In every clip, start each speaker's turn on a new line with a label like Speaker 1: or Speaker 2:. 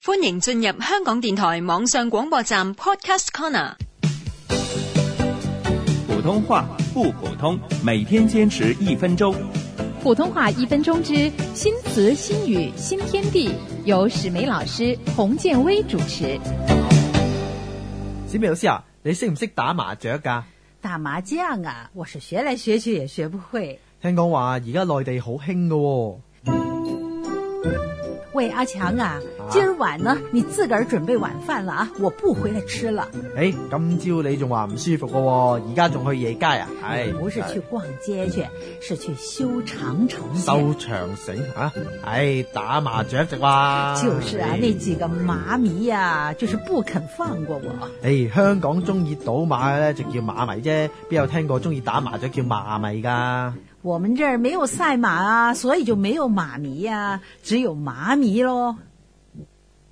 Speaker 1: 歡迎進入香港電台網上廣播站 Podcast Corner。
Speaker 2: 普通话不普通，每天坚持一分钟。
Speaker 3: 普通话一分钟之新词新语新天地，由史梅老师、洪建威主持。
Speaker 4: 史美老師啊，你識唔識打麻雀㗎？
Speaker 5: 打麻将啊，我是学来学去也学不会。
Speaker 4: 聽講話而家內地好興㗎喎。
Speaker 5: 喂，阿强啊
Speaker 4: 啊，
Speaker 5: 今儿晚呢，你自个儿准备晚饭了啊，我不回来吃了。
Speaker 4: 诶，今朝你仲話唔舒服㗎喎，而家仲去夜街啊？唉，
Speaker 5: 不是去逛街去，是去修长城去。
Speaker 4: 收長繩啊？唉，打麻雀啫啩。
Speaker 5: 就是啊，
Speaker 4: 唉
Speaker 5: 那几个麻迷呀、就是不肯放过我。
Speaker 4: 唉，香港中意賭馬嘅咧就叫馬迷啫，邊有聽過中意打麻雀叫麻迷㗎？
Speaker 5: 我们这儿没有赛马啊，所以就没有马迷呀、只有麻迷喽。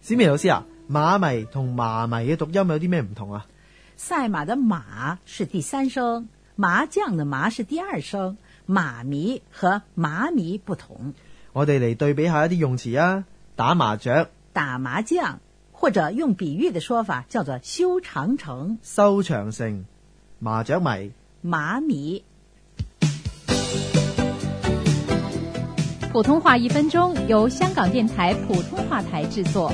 Speaker 4: 史美老師啊，馬迷同麻迷嘅讀音有啲咩唔同啊？
Speaker 5: 赛马的马是第三声，麻将的麻是第二声，马迷和麻迷不同。
Speaker 4: 我哋嚟對比下一啲用詞啊，打麻雀、
Speaker 5: 打麻将，或者用比喻的说法叫做修长城、
Speaker 4: 收長繩、麻雀迷。
Speaker 5: 麻迷。
Speaker 3: 普通话一分钟由香港电台普通话台制作。